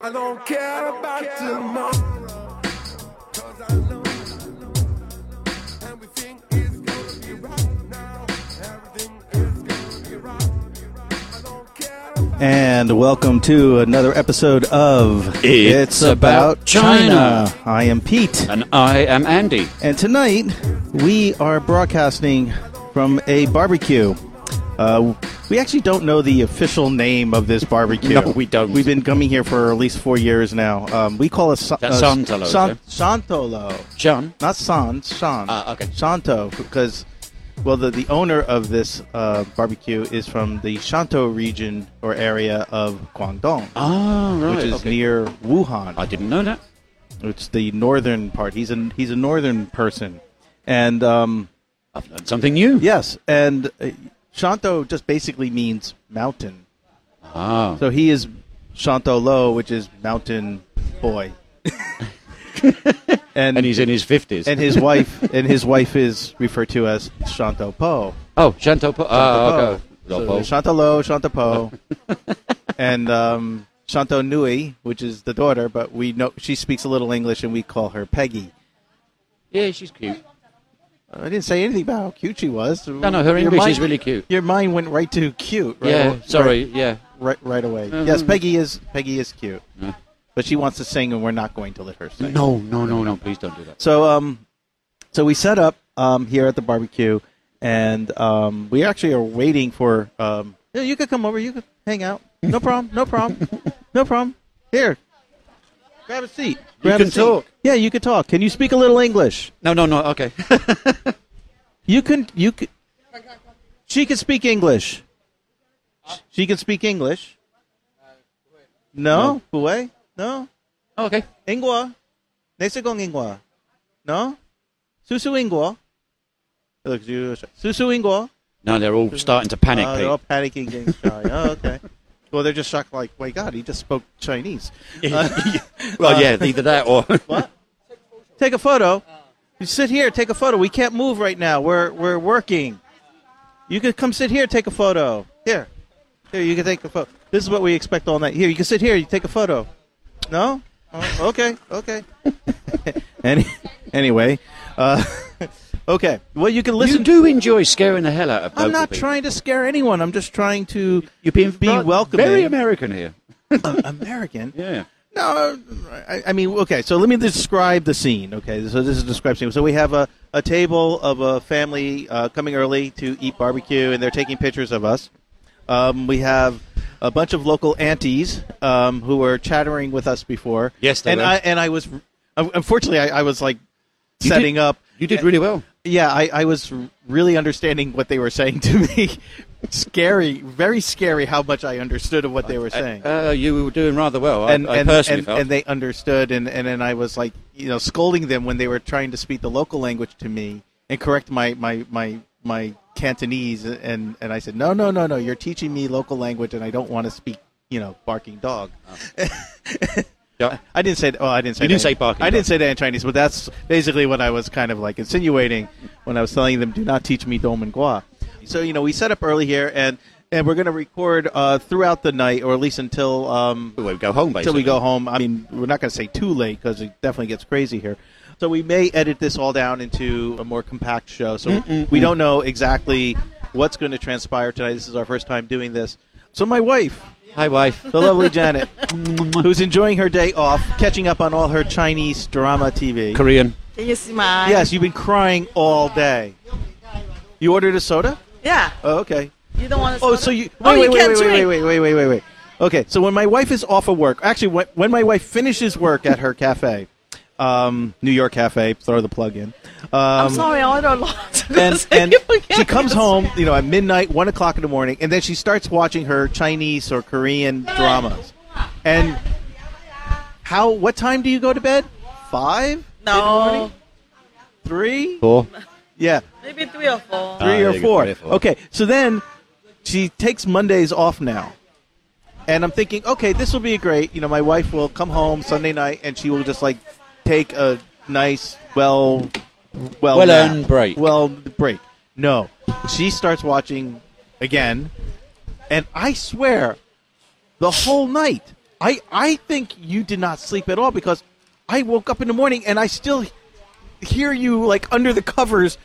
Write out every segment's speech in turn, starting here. I don't care about tomorrow. Cause I know, and we think it's gonna be right now. Everything is gonna be right. I don't care about And welcome to another episode of It's, About China. I am Pete. And I am Andy. And tonight we are broadcasting from a barbecue. Uh, we actually don't know the official name of this barbecue. No, we don't. We've been coming here for at least four years now. Um, we call it Sa- That's eh? Santolo, San- is it? Santolo. John. Not San, San. Ah, okay. Santo, because, well, the, the owner of this uh, barbecue is from the Shantou region or area of Guangdong Ah, right. which is okay. near I Wuhan. didn't know that. It's the northern part. He's a he's a northern person, and um, I've learned something new. yes, and uh, Shanto just basically means mountain. Ah. So he is Shanto Lo, which is mountain boy, and And he's in his 50s. and his wife and his wife is referred to as Shanto Po. oh, Shanto Po. Shanto Ah, okay. Po. Shanto So Po. Shanto Lo, Shanto Po, and um, Shanto Nui, which is the daughter, but we know she speaks a little English, and we call her Peggy. yeah, she's cute. I didn't say anything about how cute she was. No, no, her English is really cute. Your mind went right to cute. Right yeah, aw- sorry. Mm-hmm. right, Yeah. right, right away. Yes, Peggy is Peggy is cute, but she wants to sing, and we're not going to let her sing. No, no, no, no. Please don't do that. So um, so we set up um here at the barbecue, and um we actually are waiting for um. Yeah, you could come over. You could hang out. No problem. No problem. no problem. Here, grab a seat. Grab can a seat. talk. Yeah, you could talk. Can you speak a little English? No, no, no. Okay. You can. You can. She can speak English. She can speak English. No, Kuwait. No, okay. Ingwa. Nesegong Ingwa. No, Susu Ingwa. Look, you- Susu Ingwa. No, they're all starting to panic, Uh, Pete. they're all panicking, getting shy. Oh, okay. Well, they're just shocked. Like, my God, he just spoke Chinese. uh, well, yeah, either that or. What? Take a photo. You sit here, take a photo. We can't move right now. We're we're working. You could come sit here, take a photo. Here. Here, you can take a photo. This is what we expect all night. Here, you can sit here, you take a photo. No? Oh, okay, okay. Any, anyway, uh, okay. Well, you can listen you do enjoy scaring the hell out of I'm local not people. trying to scare anyone. I'm just trying to You're being be right, welcoming. Very American here. American. Yeah. No, I, I mean, okay. So let me describe the scene. Okay, so this is described scene. So we have a, a table of a family uh, coming early to eat barbecue, and they're taking pictures of us. Um, we have a bunch of local aunties um, who were chattering with us before. Yes, they and were. I and I was unfortunately I, I was like You did- setting up. You did really well. Yeah, I, I was r- really understanding what they were saying to me. scary, very scary how much I understood of what they were saying Uh, you were doing rather well. and I, I and, personally and, felt. and they understood and, and and I was like you know scolding them when they were trying to speak the local language to me and correct my my my my Cantonese and and I said no no no no you're teaching me local language and I don't want to speak you know barking dog Yeah. I didn't say oh I didn't say Uh-huh. You didn't that. say barking I dog. didn't say that in Chinese but that's basically what I was kind of like insinuating when I was telling them do not teach me Dom and Gua so you know we set up early here and and we're going to record uh, throughout the night or at least until um, Well, we go home, until basically. we go home. I mean, we're not going to say too late because it definitely gets crazy here. So we may edit this all down into a more compact show. So we don't know exactly what's going to transpire tonight. This is our first time doing this. So my wife, Hi, wife. the lovely Janet, who's enjoying her day off, catching up on all her Chinese drama TV. Korean. Can you see my Yes, you've been crying all day. You ordered a soda? Yeah. Oh, okay. You don't want to. Oh, so you wait, Oh, wait, you wait, can't wait, drink. wait, wait, wait, wait, wait, wait. Okay, so when my wife is off of work, actually, when, when my wife finishes work at her cafe, um, New York cafe, throw the plug in. I'm Um, sorry, I ordered a lot. and, So and you forget she comes this. home, you know, at midnight, one o'clock in the morning, and then she starts watching her Chinese or Korean dramas. And how? What time do you go to bed? Five? No, Three? Four. Yeah. maybe three or four. Ah, three there or you go, four. three or four. Okay, so then she takes Mondays off now, and I'm thinking, okay, this will be great. You know, my wife will come home Sunday night, and she will just like take a nice, well, well, Well-earned nap. break. Well, break. No, she starts watching again, and I swear, the whole night I I think you did not sleep at all because I woke up in the morning and I still hear you like under the covers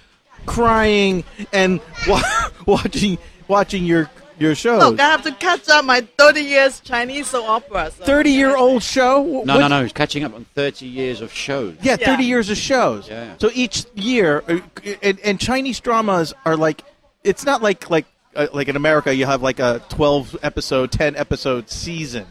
crying and wa- watching watching your your show. Look, I have to catch up my 30 years Chinese opera. so- 30 year old show? Wh- No, what- no, no. He's catching up on 30 years of shows. Yeah, 30 Yeah. years of shows. Yeah. So each year, uh, and, and Chinese dramas are like, it's not like like uh, like in America, you have like a 12 episode, 10 episode season.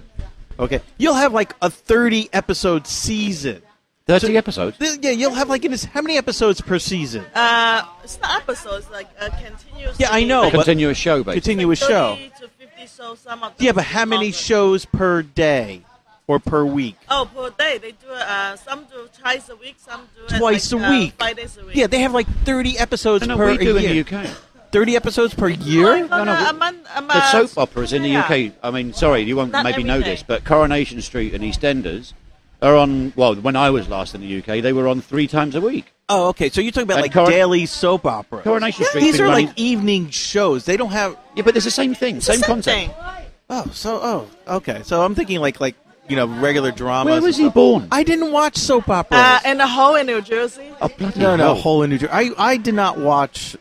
Okay, you'll have like a 30 episode season. 30 So- episodes. Th- Yeah, you'll have like in this, how many episodes per season? Uh, it's not episodes, like a continuous. Yeah, I know, A but- continuous show, basically. Continuous show. 30 to 50 shows, some of them Yeah, but how many longer. shows per day or per week? Oh, per day. They do it, uh, some do it twice a week, some do it Twice like, a uh, week. five days a week. Oh, Yeah, they have like 30 episodes no, no, per we year. do in the UK. 30 episodes per Oh, year? no, no, No, no, a month, a The month. soap operas in the Uh, yeah. UK. I mean, sorry, you won't Not maybe every know day. this, but Coronation Street and EastEnders are on. Well, when I was last in the UK, they were on three times a week. Oh, okay. So you're talking about And like Coron- daily soap opera. Coronation Street. These been are running- like evening shows. They don't have. yeah, but it's the same thing, It's the same, concept. thing. Oh, so oh, okay. So I'm thinking like like you know regular dramas. Where and was he stuff. born? I didn't watch soap operas. Uh, and a hole in New Jersey. oh, bloody no, no, hell. whole in New Jersey. I I did not watch.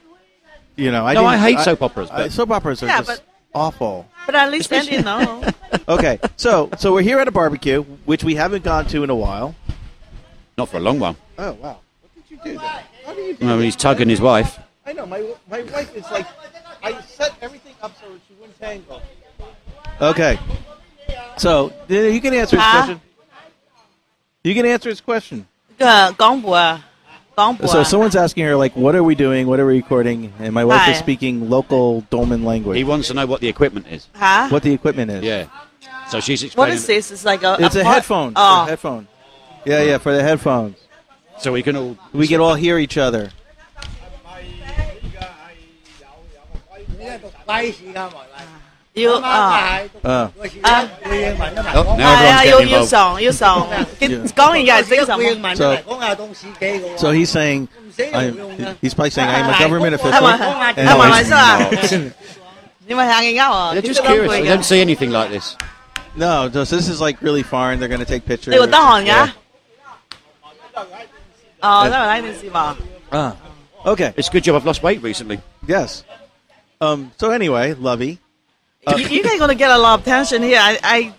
You know, I No, didn't- I hate soap operas, I- but- soap operas are Yeah, just but- awful. But at least Andy know. Okay, so so we're here at a barbecue, which we haven't gone to in a while. Not for a long one. Oh wow! What did you do? There? How do you do? No, that? he's tugging his wife. I know my my wife is like I set everything up so she wouldn't tangle. Okay. So th- you can answer his Huh? question. You can answer his question. 个广播，广播。 So someone's asking her like, "What are we doing? What are we recording?" And my wife is Hi. speaking local Dolman language. He wants to know what the equipment is. Huh? what the equipment is? Yeah. So she's What explaining. is this? It's like a. It's a pod- headphone. Oh. A headphone. Yeah, yeah, for the headphones. So we can all. We can all hear each other. you. Uh, Uh, uh, Oh, now uh, everyone's you getting you involved. song you song. Yeah. Keep going, guys. Sing some. more. so he's saying, I, he's probably saying, "I'm a government official." and Come on, I- let's go. 你们想人家我？ They're just curious. They don't see anything like this. No, this, this is like really far, and they're going to take pictures. 你有当好人家？ Yeah. Oh, Uh, Ah, okay. It's a good job I've lost weight recently. Yes. Um. So anyway, Lovey. uh, you, you guys gonna get a lot of attention here. I, I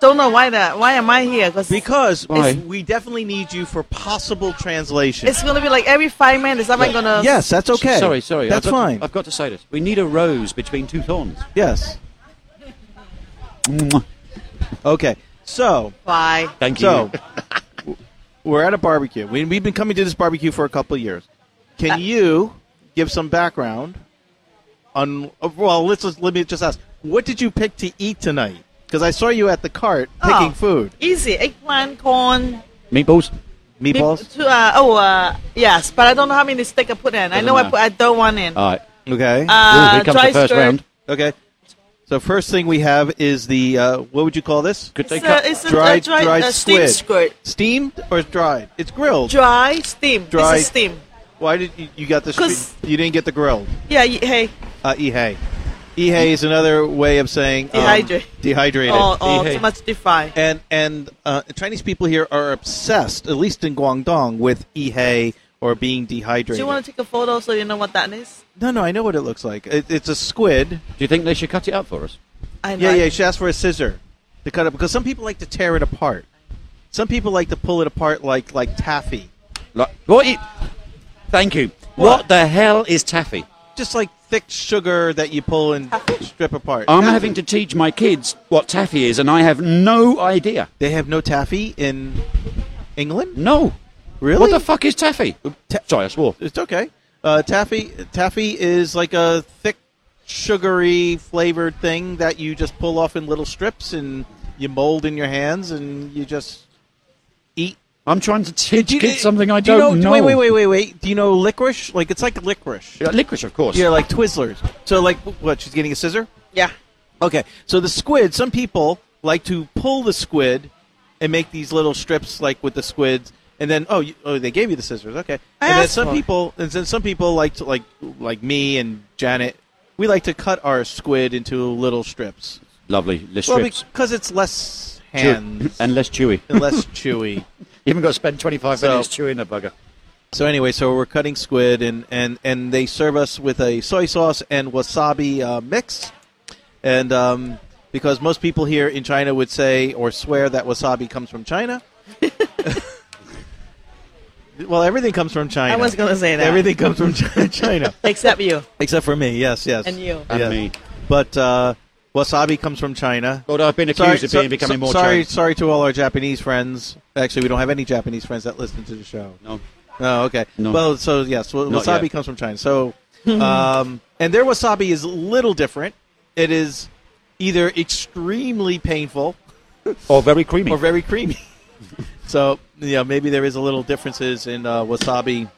don't know why that. Why am I here? Because Because Why? we definitely need you for possible translation. it's uh, gonna be like every five minutes. Am I gonna? yes, that's okay. Sorry, sorry. uh, That's I've got to- fine. I've got to say this. We need a rose between two thorns. yes. Mwah. Okay. So, Why? Thank you. so w- we're at a barbecue. We, we've been coming to this barbecue for a couple of years. Uh, Can you give some background on? uh, Well, let's just, let me just ask. What did you pick to eat tonight? Because I saw you at the cart picking Oh. food. Easy. Eggplant, corn. Meatballs? Meatballs. To, uh, oh, uh, yes. But I don't know how many steak I put in. I Doesn't know I matter. put. I don't want in. All right. Okay. uh, Ooh, here comes dry the first skirt. round. Okay. So first thing we have is the uh, what would you call this? Could they It's cut? a, it's a, Dried- a dry, dried uh, steam squid. skirt. Steamed or dried? It's grilled. Dry steam. Dry- This is steam. Why did you, you got the 'Cause- stre- you didn't get the grilled? Yeah. y- Hey. Uh, Ihe. Ihe is another way of saying um, Dehydrate. dehydrated. Oh, oh, Hey. too much defined. And and uh, Chinese people here are obsessed, at least in Guangdong, with Ihe or being dehydrated. Do you want to take a photo so you know what that is? no, no, I know what it looks like. It, it's a squid. Do you think they should cut it up for us? I know. Yeah, yeah. She asked for a scissor to cut it because some people like to tear it apart. Some people like to pull it apart like like taffy. Like, what? i- Thank you. What? the hell is taffy? just like thick sugar that you pull and strip apart. I'm having to teach my kids what taffy is, and I have no idea. they have no taffy in England. No. Really? What the fuck is taffy? Ta- Sorry, I swore. It's okay. Uh, taffy taffy is like a thick, sugary flavored thing that you just pull off in little strips and you mold in your hands and you just eat. I'm trying to teach Do you- uh, kids something I do you don't know. Wait, wait, wait, wait, wait. Do you know licorice? Like it's like licorice. Yeah, Uh, Licorice, of course. Yeah, like Twizzlers. So like what? She's getting a scissor. Yeah. Okay, so the squid. Some people like to pull the squid and make these little strips, like with the squids, and then oh, you, oh, they gave you the scissors. Okay, I and then asked some for it. people, and then some people like to like like me and Janet. We like to cut our squid into little strips. Lovely. The Well, strips. because it's less hands and less chewy. and less chewy. You haven't got to spend 25 So- minutes chewing a bugger. So anyway, so we're cutting squid, and and and they serve us with a soy sauce and wasabi uh, mix, and um, because most people here in China would say or swear that wasabi comes from China. well, everything comes from China. I was gonna say that. Everything comes from Chi- China, except you except for me. Yes, yes. and you. And Yeah. me. But uh, wasabi comes from China. God, I've been accused of being becoming more sorry, Chinese. sorry to all our Japanese friends. Actually, we don't have any Japanese friends that listen to the show. No. Oh, okay. No. Well, so yes, wa- Not wasabi yet. comes from China. So, um, and their wasabi is a little different. It is either extremely painful Or very creamy. or very creamy. so, yeah, maybe there is a little differences in uh, wasabi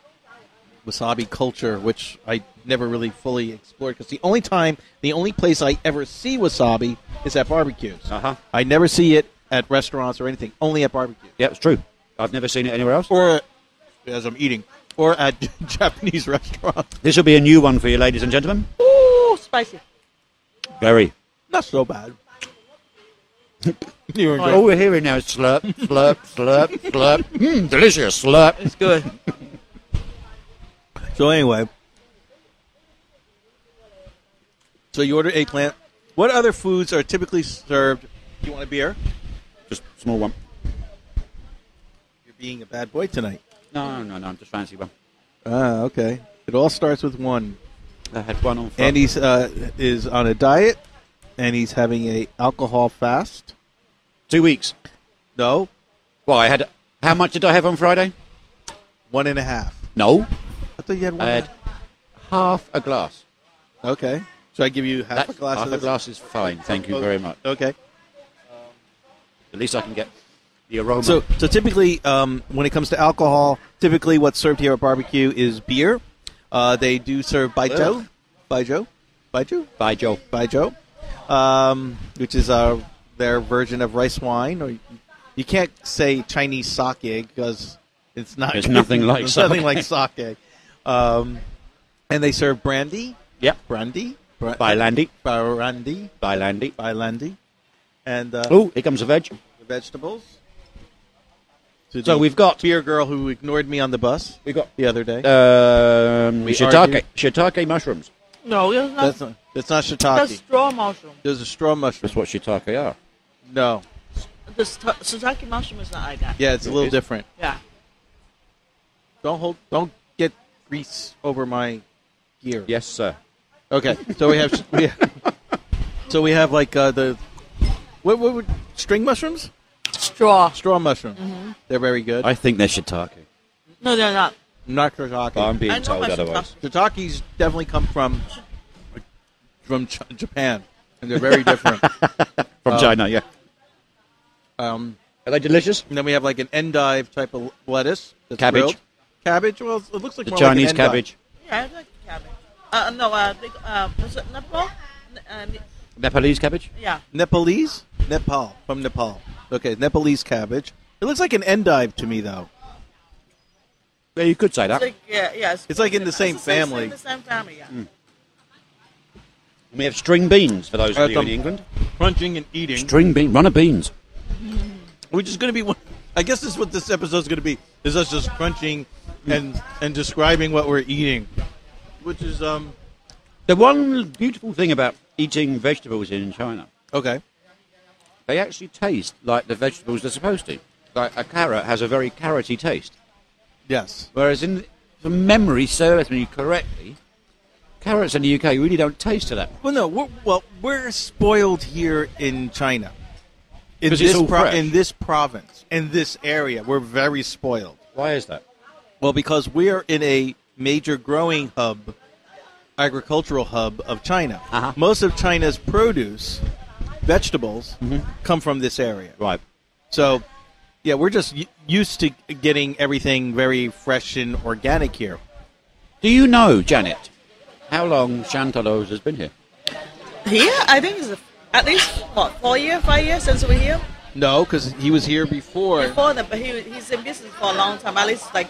wasabi culture, which I never really fully explored because the only time, the only place I ever see wasabi is at barbecues. Uh-huh. I never see it at restaurants or anything. Only at barbecues yeah, it's true. I've never seen it anywhere else. or as I'm eating, or at Japanese restaurants. This will be a new one for you, ladies and gentlemen. Ooh, spicy. Very. Not so bad. you enjoy- All we're hearing now is slurp, slurp, slurp, slurp. Mmm, delicious slurp. It's good. So anyway, so you order eggplant. What other foods are typically served? Do you want a beer? Just a small one. You're being a bad boy tonight. No, no, no, I'm just fancy one. Ah, okay. It all starts with one. I had one on And Friday. he's uh, is on a diet, and he's having a alcohol fast. Two weeks. No, Well, I had. How much did I have on Friday? one and a half. No. I thought you had one. I had half a glass. Okay. Should I give you half a That- glass half of a this? glass is fine. Thank you Oh, very much. Okay. At least I can get the aroma. So, so typically, um, when it comes to alcohol, typically what's served here at barbecue is beer. Uh, they do serve baijiu, Ugh. baijiu, baijiu, Bye, Joe. baijiu, um, which is uh, their version of rice wine. Or you can't say Chinese sake because it's not. It's nothing like it's nothing sake. like sake. Um, and they serve brandy, Yep. brandy, bra- Bye, Landy. brandy, Bye, Landy. brandy, and uh, Oh, here comes a veg. the vegetables. So the we've got Uh, beer girl who ignored me on the bus we've got the other day. um, We shiitake argued. shiitake mushrooms. No, it's not. that's not that's not shiitake. the straw mushroom. There's a straw mushroom. That's what shiitake are. No, The st- Suzaki mushroom is not like that. yeah, it's a little It- different. Yeah. Don't hold. Don't get grease over my gear. Yes, sir. Okay. So we have. we have so we have like uh, the what what would string mushrooms? Straw. Straw mushrooms. They're very good. Mm-hmm. I think they're shiitake. No, they're not. Not shiitake. I'm I being know told my otherwise. Shiitakes definitely come from from Ch- Japan, and they're very different. From China, yeah. um, Are they delicious? And then we have like an endive type of lettuce. That's Cabbage. grilled. Cabbage. Well, it looks like The more like an Chinese endive. cabbage. Yeah, I like cabbage. Uh, no, uh, they, uh, was it Nepal? N- Uh, n- Nepalese cabbage? yeah. Nepalese. Nepal from Nepal. Okay, Nepalese cabbage. It looks like an endive to me though. Yeah, you could say It's that. like, yeah, yeah. It's like in the it's same same- family. The same family, yeah. And we have string beans for those Uh, of you in dumb- England. Crunching and eating. String bean, runner beans. Which is going to be one. I guess this is what this episode is going to be. Is us just crunching and and describing what we're eating, which is um The one beautiful thing about eating vegetables in China, okay. they actually taste like the vegetables they're supposed to. Like a carrot has a very carroty taste. Yes. Whereas in from memory serves me correctly, carrots in the UK really don't taste to that. Well, no. We're, well, we're spoiled here in China. In 'Cause this it's all fresh. in this province, in this area, we're very spoiled. Why is that? Well, because we are in a major growing hub, agricultural hub of China. Uh-huh. Most of China's produce, vegetables, Mm-hmm. come from this area. Right. So, yeah, we're just y- used to getting everything very fresh and organic here. Do you know, Janet, how long Chantalos has been here? Here, I think it's at least what four years, five years since we're here. No, because he was here before. Before that, but he, he's in business for a long time, at least like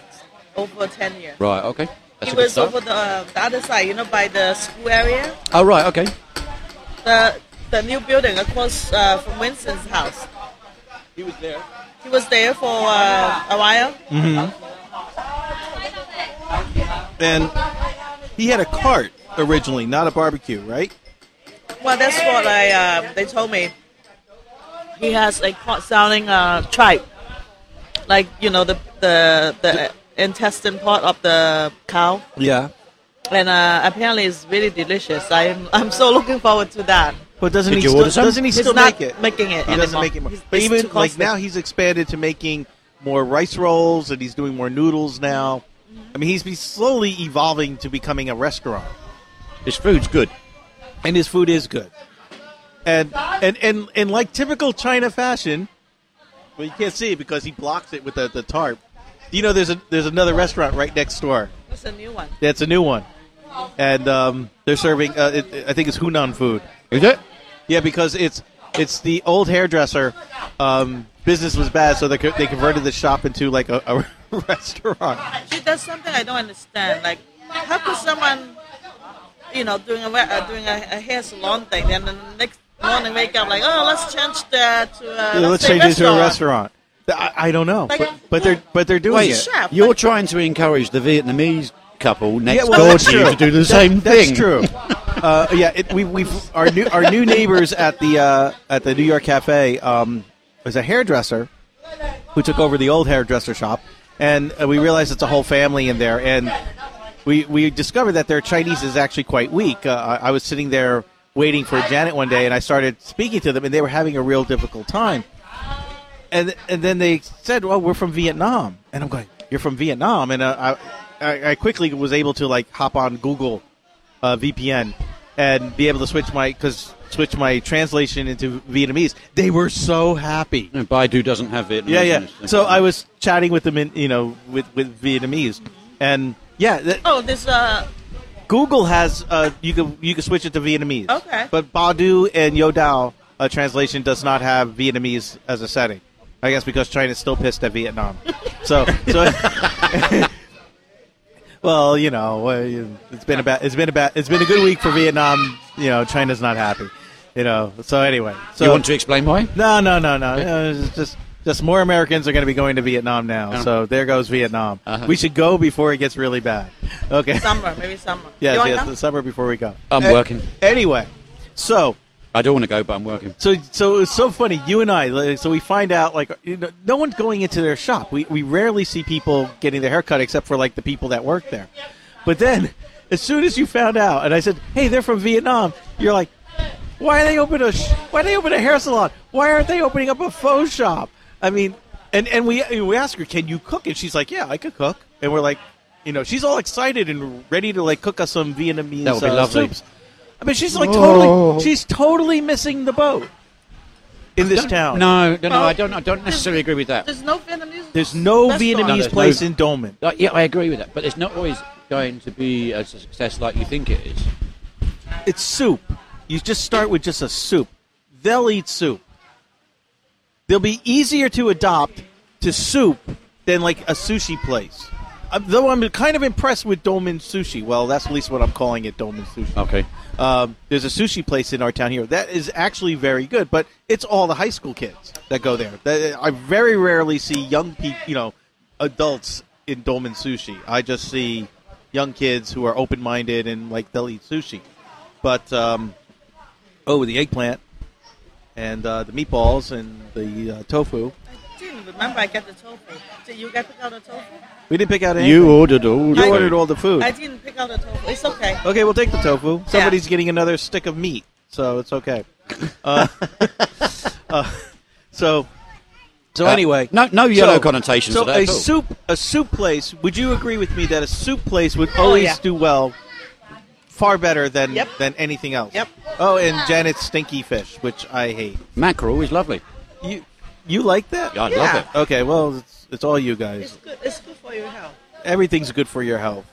over ten years. Right, okay. That's he a good was start. over the, uh, the other side, you know, by the school area, Oh, right, okay. the the new building across uh, from Winston's house. He was there. He was there for uh, a while. And he had a cart originally, not a barbecue, right? Well, that's what I uh, they told me. He has a pot sounding uh, tripe, like you know the the the intestine part of the cow, Yeah. and uh, apparently it's really delicious. I'm I'm so looking forward to that. But doesn't Did he you still, order some? doesn't he He's still not make it? making it. He doesn't anymore. make it more. He's- But it's even too like costly. now, he's expanded to making more rice rolls, and he's doing more noodles now. I mean, he's he's slowly evolving to becoming a restaurant, His food's good. and his food is good. And and and and like typical China fashion, well, you can't see it because he blocks it with the, the tarp. You know, there's a there's another restaurant right next door. It's a new one. That's a new one, and um, they're serving. Uh, it, I think it's Hunan food. Is it? Yeah, because it's it's the old hairdresser. Um, business was bad, so they co- they converted the shop into like a, a restaurant. See, that's something I don't understand. Like, how could someone, you know, doing a wa- uh, doing a, a hair salon thing, then the next morning wake up like, oh, let's change that to a Let's say change it to a restaurant. I, I don't know, Like- but, but they're but they're doing Wait, it. Chef, you're like- trying to encourage the Vietnamese couple next well, door that's to you true. to do the That- same that's thing. true. Uh, yeah, it, we we our new our new neighbors at the uh, at the New York cafe um, was a hairdresser who took over the old hairdresser shop, and uh, we realized it's a whole family in there, and we we discovered that their Chinese is actually quite weak. Uh, I, I was sitting there waiting for Janet one day, and I started speaking to them, and they were having a real difficult time and and then they said, "Well, we're from Vietnam," and I'm going, "You're from Vietnam," and uh, I, I I quickly was able to like hop on Google uh, VPN and be able to switch my because switch my translation into Vietnamese. They were so happy. No, Baidu doesn't have Vietnamese. Yeah, in yeah. its- So I was chatting with them in you know with with Vietnamese, and yeah, that, Oh, this uh, Google has uh, you can you can switch it to Vietnamese. Okay. But Baidu and Youdao uh, translation does not have Vietnamese as a setting. I guess because China's still pissed at Vietnam. So so. well, you know, uh, you- it's been about it's been about it's been a good week for Vietnam. You know, China's not happy. You know. So anyway, so you want to explain why? no, no, no, no. no it's just just more Americans are going to be going to Vietnam now. Um. So there goes Vietnam. Uh-huh. We should go before it gets really bad. Okay. summer, maybe summer. Yes, you wanna yes, come? the summer before we go. I'm A- working. Anyway, so I don't want to go, but I'm working. so so it's so funny. You and I. like, So we find out like you know, no one's going into their shop. We we rarely see people getting their haircut except for like the people that work there. But then, as soon as you found out, and I said, "Hey, they're from Vietnam," you're like, "Why are they open a sh- Why they open a hair salon? Why aren't they opening up a faux shop?" I mean, and and we we ask her, "Can you cook?" And she's like, "Yeah, I could cook." And we're like, you know, she's all excited and ready to like cook us some Vietnamese That would be uh, lovely. soups. I mean, she's like totally, she's totally missing the boat in this town. No, no, no. I don't. I don't necessarily agree with that. There's no Vietnamese. There's no restaurant. Vietnamese there's no- place in Dolman. Like, Uh, yeah, I agree with that. But it's not always going to be a success like you think it is. It's soup. You just start with just a soup. They'll eat soup. They'll be easier to adopt to soup than like a sushi place. Uh, though I'm kind of impressed with Dolman Sushi. Well, that's at least what I'm calling it, Dolman Sushi. Okay. Um, there's a sushi place in our town here that is actually very good, but it's all the high school kids that go there. That- uh, I very rarely see young people, you know, adults in Dolman Sushi. I just see young kids who are open minded and like they'll eat sushi. But um, oh, the eggplant and uh, the meatballs and the uh, tofu. I didn't remember I got the tofu. Did you guys pick out the tofu? We didn't pick out any. You ordered all. You ordered all the food. I didn't pick out the tofu. It's okay. Okay, we'll take the tofu. Somebody's getting another stick of meat, so it's okay. Uh, uh, so, so Uh, anyway, no- no yellow connotations So to that a at all. soup, a soup place. Would you agree with me that a soup place would always Oh, yeah. do well, far better than Yep. than anything else? Yep. Oh, and Janet's stinky fish, which I hate. Mackerel is lovely. You you like that? Yeah, I love Yeah. it. Okay, well, it's, it's all you It's guys. good. It's good for your health. Everything's good for your health.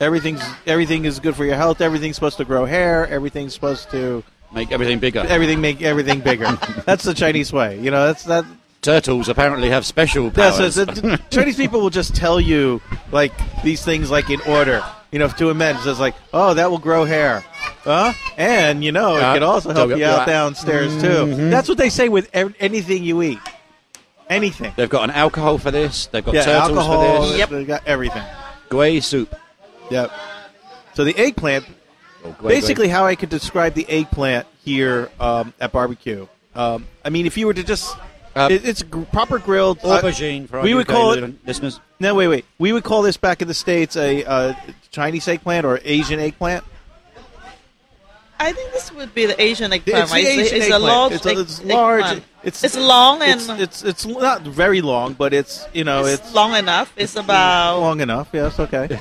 Everything's everything is good for your health. Everything's supposed to grow hair. Everything's supposed to Make everything bigger. everything make everything bigger. that's the Chinese way. You know, that's that. Turtles apparently have special powers. That's, that's, Chinese people will just tell you like these things like in order. you know, to amend. It's like, oh, that will grow hair. Huh? And, you know, Yeah. it can also help So- you out downstairs, too. That's what they say with ev- anything you eat. Anything. They've got an alcohol for this. They've got Yeah, turtles alcohol. for this. Yep. They got everything. Gwei soup. Oh, Yep. So the eggplant Or gwei, gwei. basically how I could describe the eggplant here um, at barbecue. Um, I mean, if you were to just, Uh, it, it's gr- proper grilled uh, aubergine for our we would UK call it- li- listeners. no, wait, wait. We would call this back in the states a uh, Chinese eggplant or Asian eggplant. I think this would be the Asian eggplant. It's, the right? Asian it's, it's a eggplant. large. It's, egg- it's large. eggplant. It's It's long and it's, it's it's not very long, but it's you know it's it's, long enough. It's about long enough. Yes, okay.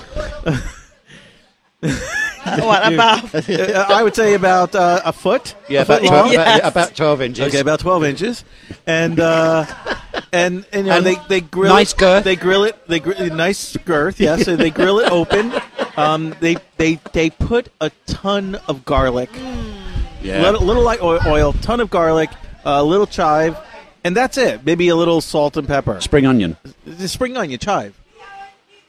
what about Uh, I would say about uh, a foot. Yeah, a foot about, long. 12, about- Yes. about 12 inches. Okay, about twelve inches, and uh, and and, you know, And they they grill nice it, girth. They grill it. They gr- nice girth. Yes, so they grill it open. Um, they they they put a ton of garlic, yeah. little, little light oil, oil, ton of garlic, a little chive, and that's it. Maybe a little salt and pepper. Spring onion. The spring onion chive.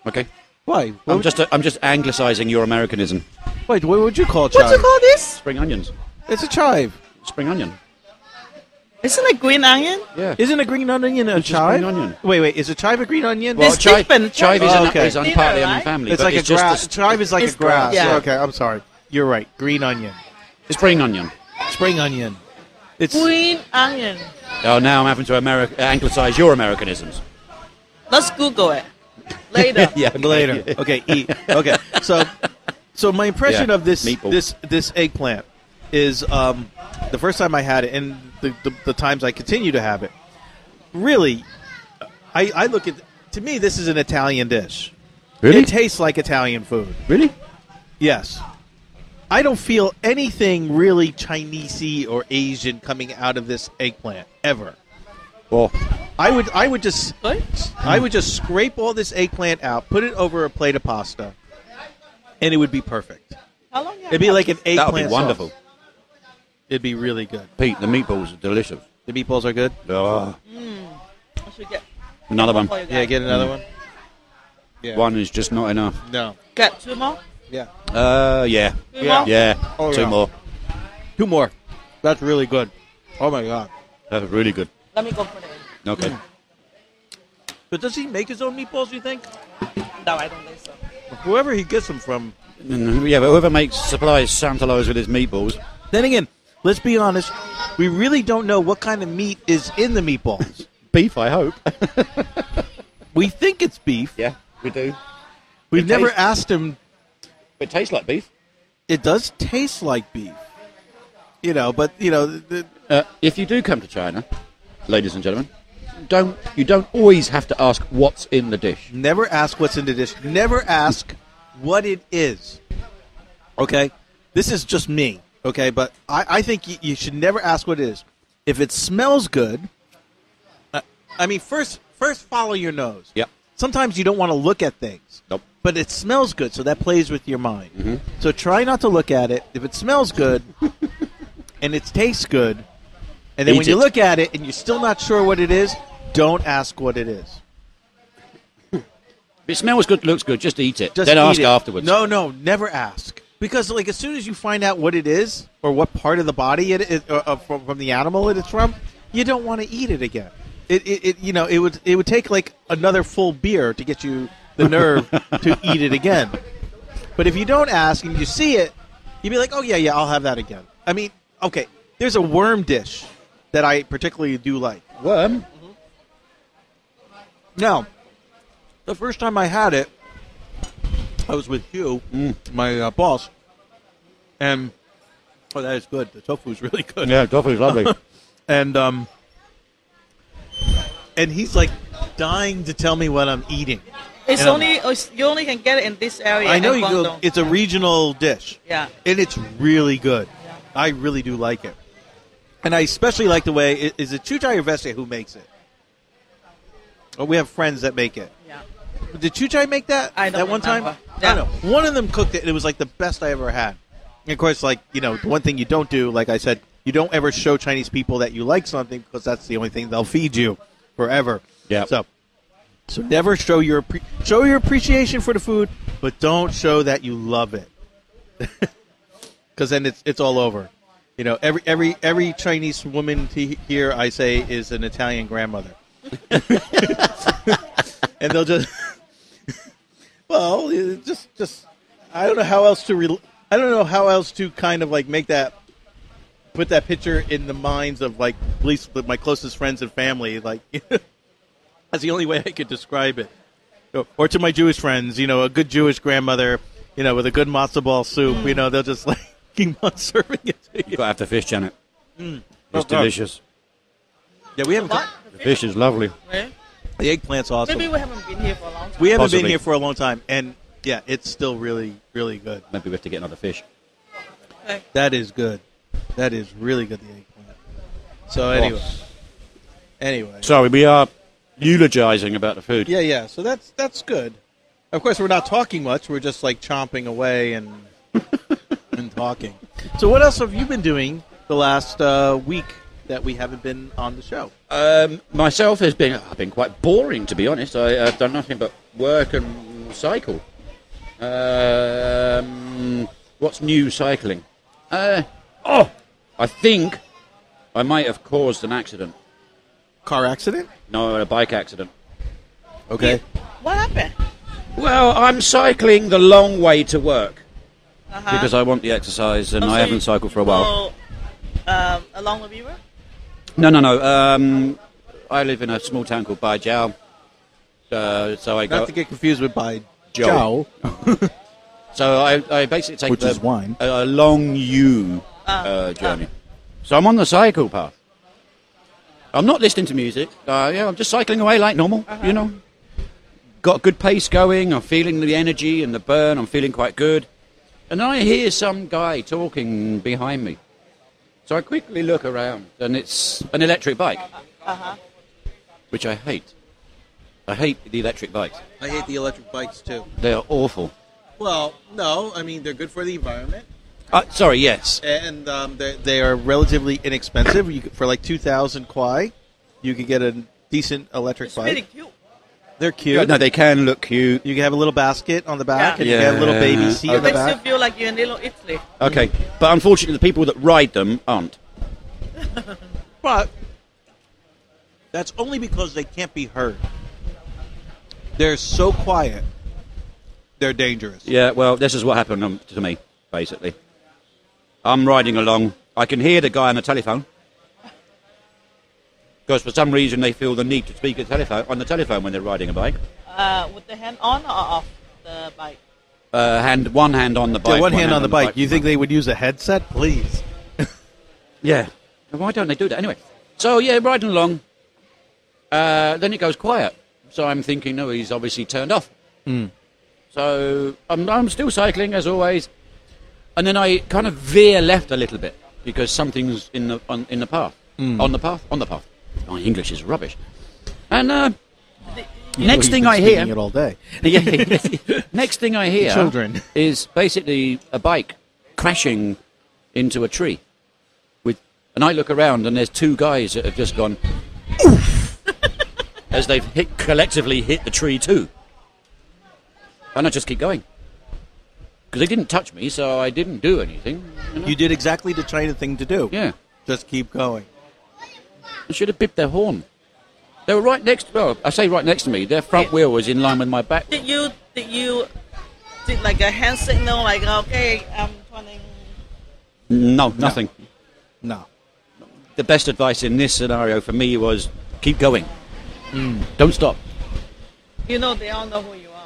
Okay. Why? What I'm would, just, uh, I'm just anglicising your Americanism. wait, what would you call what chive? do you call this? Spring onions. It's a chive. Spring onion. Isn't it green onion? Yeah. Isn't a green onion a It's just chive? green onion. Wait, wait. Is a chive a green onion? Well, It's Oh, chive, different. chive is, Oh, an, okay. is un- Dinner, partly an right? family. It's but like it's a just grass. the- Chive is like it's a grass. grass. Yeah. Okay, I'm sorry. You're right. Green onion, spring onion. spring onion. It's Green onion. Oh, now I'm having to Ameri- anglicise your Americanisms. Let's Google it later. Yeah. later. Okay, eat. Okay, so so my impression Yeah, of this meatball. this this eggplant is um, the first time I had it, and the, the the times I continue to have it. Really, I I look at to me this is an Italian dish. It tastes like Italian food. really? Yes. I don't feel anything really Chinesey or Asian coming out of this eggplant ever. Well, I would I would just What? I would just scrape all this eggplant out, put it over a plate of pasta, and it would be perfect. How long? you It'd be have like an this? eggplant. that would be sauce. wonderful. It'd be really good. Pete, the meatballs are delicious. The meatballs are good. Oh, I should get another one. for you Yeah, guys. get another one. Yeah. One is just not enough. No. Get two more. Yeah. Uh, yeah. Two Yeah. more? Yeah. Oh, Two yeah. more. Two more. That's really good. Oh my god. That's really good. Let me go for it. Okay. But does he make his own meatballs? You think? No, I don't think so. Whoever he gets them from, Mm, Yeah, but whoever makes supplies Santa Claus with his meatballs, Then again, let's be honest. We really don't know what kind of meat is in the meatballs. beef, I hope. we think it's beef. yeah, we do. We've It never tastes- asked him. It tastes like beef. It does taste like beef, you know. But you know, the, the, Uh, if you do come to China, ladies and gentlemen, don't you don't always have to ask what's in the dish. never ask what's in the dish. Never ask what it is. Okay, this is just me. Okay, but I, I think you, you should never ask what it is. If it smells good, uh, I mean, first first follow your nose. Yep. Sometimes you don't want to look at things. Nope. but it smells good, so that plays with your mind. Mm-hmm. So try not to look at it. If it smells good and it tastes good, and then Eat when you it. look at it and you're still not sure what it is, don't ask what it is. If it smells good, looks good. Just eat it. Just then eat ask it. afterwards. No, no, never ask because like as soon as you find out what it is or what part of the body it is or, or from, from the animal it is from, you don't want to eat it again. It, it, it, you know, it would it would take like another full beer to get you the nerve to eat it again. But if you don't ask and you see it, you'd be like, oh yeah, yeah, I'll have that again. I mean, okay, there's a worm dish that I particularly do like. worm. Now, the first time I had it, I was with you, my uh, boss, and oh, that is good. The tofu is really good. Yeah, tofu's lovely. And um, and he's like dying to tell me what I'm eating. It's Yeah. only it's, you only can get it in this area. I know in you go. Guangdong. It's a regional dish. Yeah. and it's really good. I really do like it, and I especially like the way i- is it Chuchai or Veste who makes it. Oh, we have friends that make it. yeah. Did Chuchai make that? I don't that one time? remember. I Yeah. don't know. One of them cooked it, and it was like the best I ever had. And of course, like, you know, the one thing you don't do, like I said, you don't ever show Chinese people that you like something because that's the only thing they'll feed you forever. Yeah. So, So never show your appre- show your appreciation for the food, but don't show that you love it, because then it's it's all over. You know, every every every Chinese woman to here I say is an Italian grandmother, and they'll just well it- just just I don't know how else to re- I don't know how else to kind of like make that put that picture in the minds of like at least with my closest friends and family like. That's the only way I could describe it. Or- Or to my Jewish friends, you know, a good Jewish grandmother, you know, with a good matzo ball soup, you know, they'll just like keep on serving it to you. You've got to have the fish, Janet. It's God. delicious. Yeah, we haven't. What? The fish is lovely. Really? The eggplant's awesome. Maybe we haven't been here for a long time. we haven't been Possibly. here for a long time, and yeah, it's still really, really good. Maybe we have to get another fish. That is good. That is really good. The eggplant. So anyway, Oh. anyway, Sorry, we are eulogizing about the food. yeah, yeah. So that's that's good. Of course, we're not talking much. We're just like chomping away and and talking. So, what else have you been doing the last uh, week that we haven't been on the show? Um, myself has been I've been quite boring to be honest. I, I've done nothing but work and cycle. Um, what's new cycling? Uh, oh, I think I might have caused an accident. Car accident. No, a bike accident. Okay. What happened? Well, I'm cycling the long way to work because I want the exercise and Uh-huh. Oh, so I you- haven't cycled for a while. you go, um, along with Beaver? No, no, no. Um, I live in a small town called Bai Jiao. Uh, so I Not go. to get confused with by Joe. So I, I basically take Which the- is wine. A, a long U uh, journey. So I'm on the cycle path. I'm not listening to music. Uh, yeah, I'm just cycling away like normal. You know, got good pace going. I'm feeling the energy and the burn. I'm feeling quite good. And I hear some guy talking behind me. So I quickly look around, and it's an electric bike, which I hate. I hate the electric bikes. I hate the electric bikes too. They are awful. Well, no, I mean they're good for the environment, Uh, sorry, yes. and um, they're- they are relatively inexpensive. You could, for like two thousand kwai, you could get a decent electric It's bike. really cute. They're cute. Yeah, no, they can look cute. You can have a little basket on the back, Yeah. and you can have a little baby Yeah. seat It on the makes you back. feel like you're in little Italy. Okay, but unfortunately, the people that ride them aren't. But that's only because they can't be heard. They're so quiet. They're dangerous. Yeah, well, this is what happened um, to me, basically. I'm riding along. I can hear the guy on the telephone. Because for some reason they feel the need to speak at telephone, on the telephone when they're riding a bike. Uh, with the hand on or off the bike? Uh, hand, one hand on the bike. Yeah, one hand on the bike. You think they would use a headset? Please. Yeah. Why don't they do that anyway? So yeah, riding along. Uh, then it goes quiet. So I'm thinking, no, he's obviously turned off. So I'm, I'm still cycling as always, and then I kind of veer left a little bit because something's in the on, in the path, Hmm. on the path, on the path. My English is rubbish. And uh, next thing I hear, all day. yeah, yeah, yeah. Next thing I hear Children. is basically a bike crashing into a tree. With and I look around and there's two guys that have just gone oof as they've hit collectively hit the tree too. And I just keep going. Because they didn't touch me, so I didn't do anything. you know? You did exactly the China thing to do. Yeah. Just keep going. I should have bipped their horn. They were right next well, I say right next to me, their front wheel was in line with my back Did you did you did like a hand signal like okay I'm turning? No, nothing. No. the best advice in this scenario for me was keep going. Hmm, Don't stop. You know they all know who you are.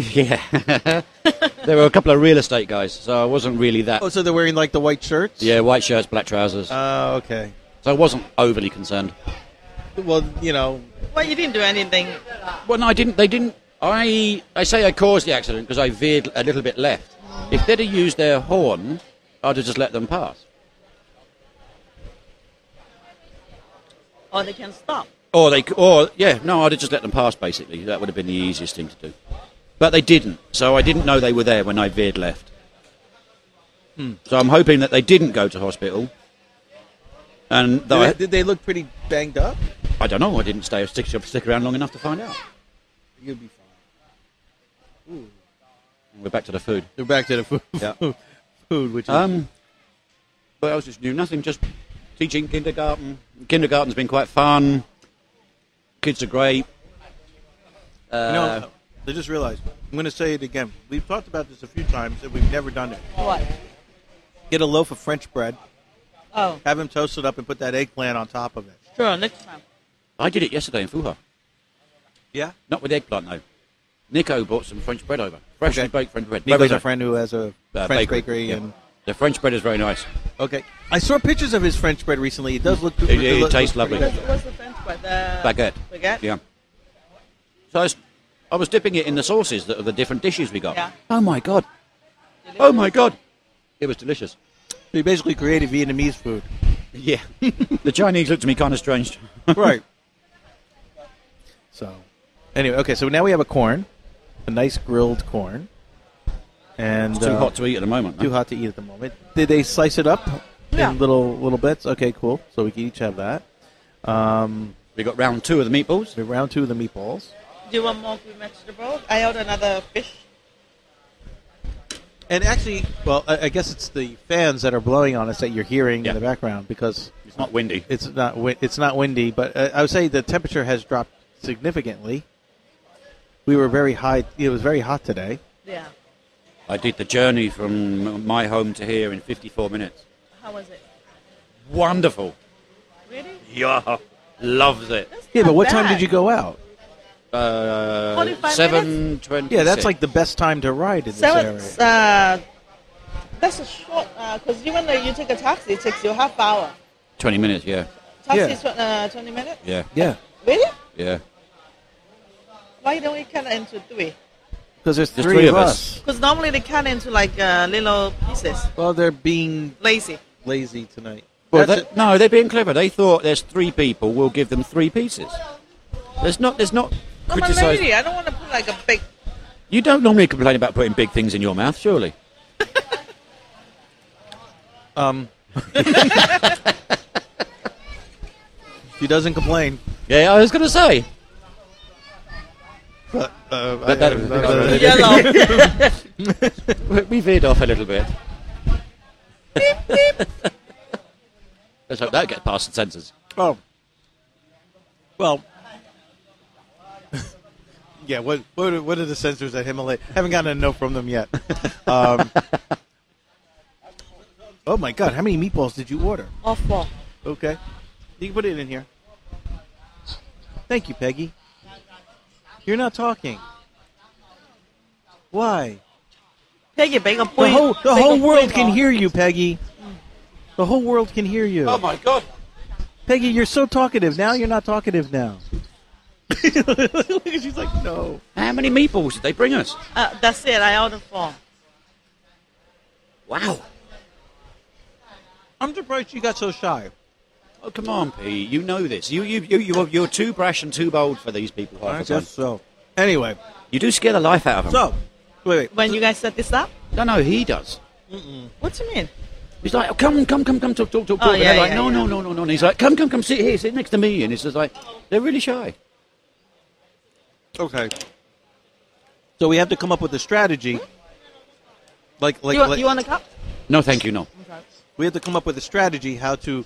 yeah. there were a couple of real estate guys, so I wasn't really that. Oh, so they're wearing like the white shirts? Yeah, white shirts, black trousers. Oh, okay. so I wasn't overly concerned. Well, you know, Well, you didn't do anything. Well, no, I didn't. They didn't. I, I say I caused the accident because I veered a little bit left. If they'd have used their horn, I'd have just let them pass. Or they can stop. Or they, c- or yeah, no, I'd have just let them pass. Basically, that would have been the easiest thing to do. But they didn't, so I didn't know they were there when I veered left. Hmm. So I'm hoping that they didn't go to hospital. And though did, I, they, did they look pretty banged up? I don't know. I didn't stay stick, stick around long enough to find out. You'll be fine. We're back to the food. They're back to the food, Yeah. food which is Um, what else is new? Nothing. Just teaching kindergarten. Kindergarten's been quite fun. Kids are great. You know, I just realized. I'm going to say it again. We've talked about this a few times, and we've never done it. What? Get a loaf of French bread, Oh, have them toasted up, and put that eggplant on top of it. sure. Next time. I did it yesterday in Fuha. Yeah. Not with eggplant though. Nico bought some French bread over. Freshly Okay. baked French bread. Nico's Nico's a friend who has a uh, French bakery, bakery, yeah. and The French bread is very nice. okay, I saw pictures of his French bread recently. It does look good. It- it tastes lovely. What's, what's the French bread? The Baguette. Baguette. Yeah. So I was, I was dipping it in the sauces that are the different dishes we got. Yeah. Oh my god. Oh my god. It was delicious. He basically created Vietnamese food. Yeah. the Chinese looked at me kind of strange. right. So, anyway, okay. So now we have a corn, a nice grilled corn, and Too uh, hot to eat at the moment. huh? too hot to eat at the moment. Did they slice it up Yeah. in little little bits? Okay, cool. So we can each have that. Um, We got round two of the meatballs. we round two of the meatballs. Do you want more green vegetable? I ordered another fish. And actually, well, I, I guess it's the fans that are blowing on us that you're hearing Yeah. in the background because It's not windy. it's not wi- it's not windy, but uh, I would say the temperature has dropped significantly. We were very high. It was very hot today. Yeah. I did the journey from my home to here in 54 minutes. How was it? Wonderful. Really? Yeah. Loves it. That's Yeah, not but what time bad. did you go out? Uh, 45 seven twenty. Yeah, that's like the best time to ride in this Seven. area. Uh, that's a short. Because even though you take a taxi, it takes you half hour. 20 minutes. Yeah, Taxi Yeah. is uh, twenty minutes. yeah, Yeah, Really? yeah. Why don't we cut it into three? because there's There's three, of us. Because normally they cut into like uh, little pieces. Well, they're being Lazy. lazy tonight. Well, That's that, no, they're being clever. They thought there's three people. We'll give them three pieces. There's not. There's not. I'm a criticise- lady. I don't want to put like a big. You don't normally complain about putting big things in your mouth, surely? it. Um, she doesn't complain. Yeah, I was going to say. But, uh, But I- that- I- I- I- Yellow. We- We veered off a little bit. Let's hope that gets past the censors. Oh. Well. yeah. What what are, what are the censors at Himalaya? Haven't gotten a note from them yet. Um, oh my God! How many meatballs did you order? Or four. Okay, you can put it in here. Thank you, Peggy. You're not talking. Why? Peggy, bake a The point. whole the whole world can hear you, Peggy. The whole world can hear you. Oh, my god! Peggy, you're so talkative. Now you're not talkative now. She's like, no. How many meatballs did they bring us? Uh, that's it. I ordered four. Wow! I'm surprised you got so shy. Oh come on, Pete! You know this. You you you you you're too brash and too bold for these people. Half the time. so. Anyway, You do scare the life out of them. so wait, wait. When you guys set this up? no, no, he does. What do you mean? He's like, oh, come, come, come, come, talk, talk, talk. Oh, talk. And yeah, they're like, yeah, no, yeah. no, no, no, no. And he's like, come, come, come, sit here, sit next to me. And it's just like, they're really shy. Okay. So we have to come up with a strategy. Like, like, you, want- like you want a cup? No, thank you, no. we have to come up with a strategy how to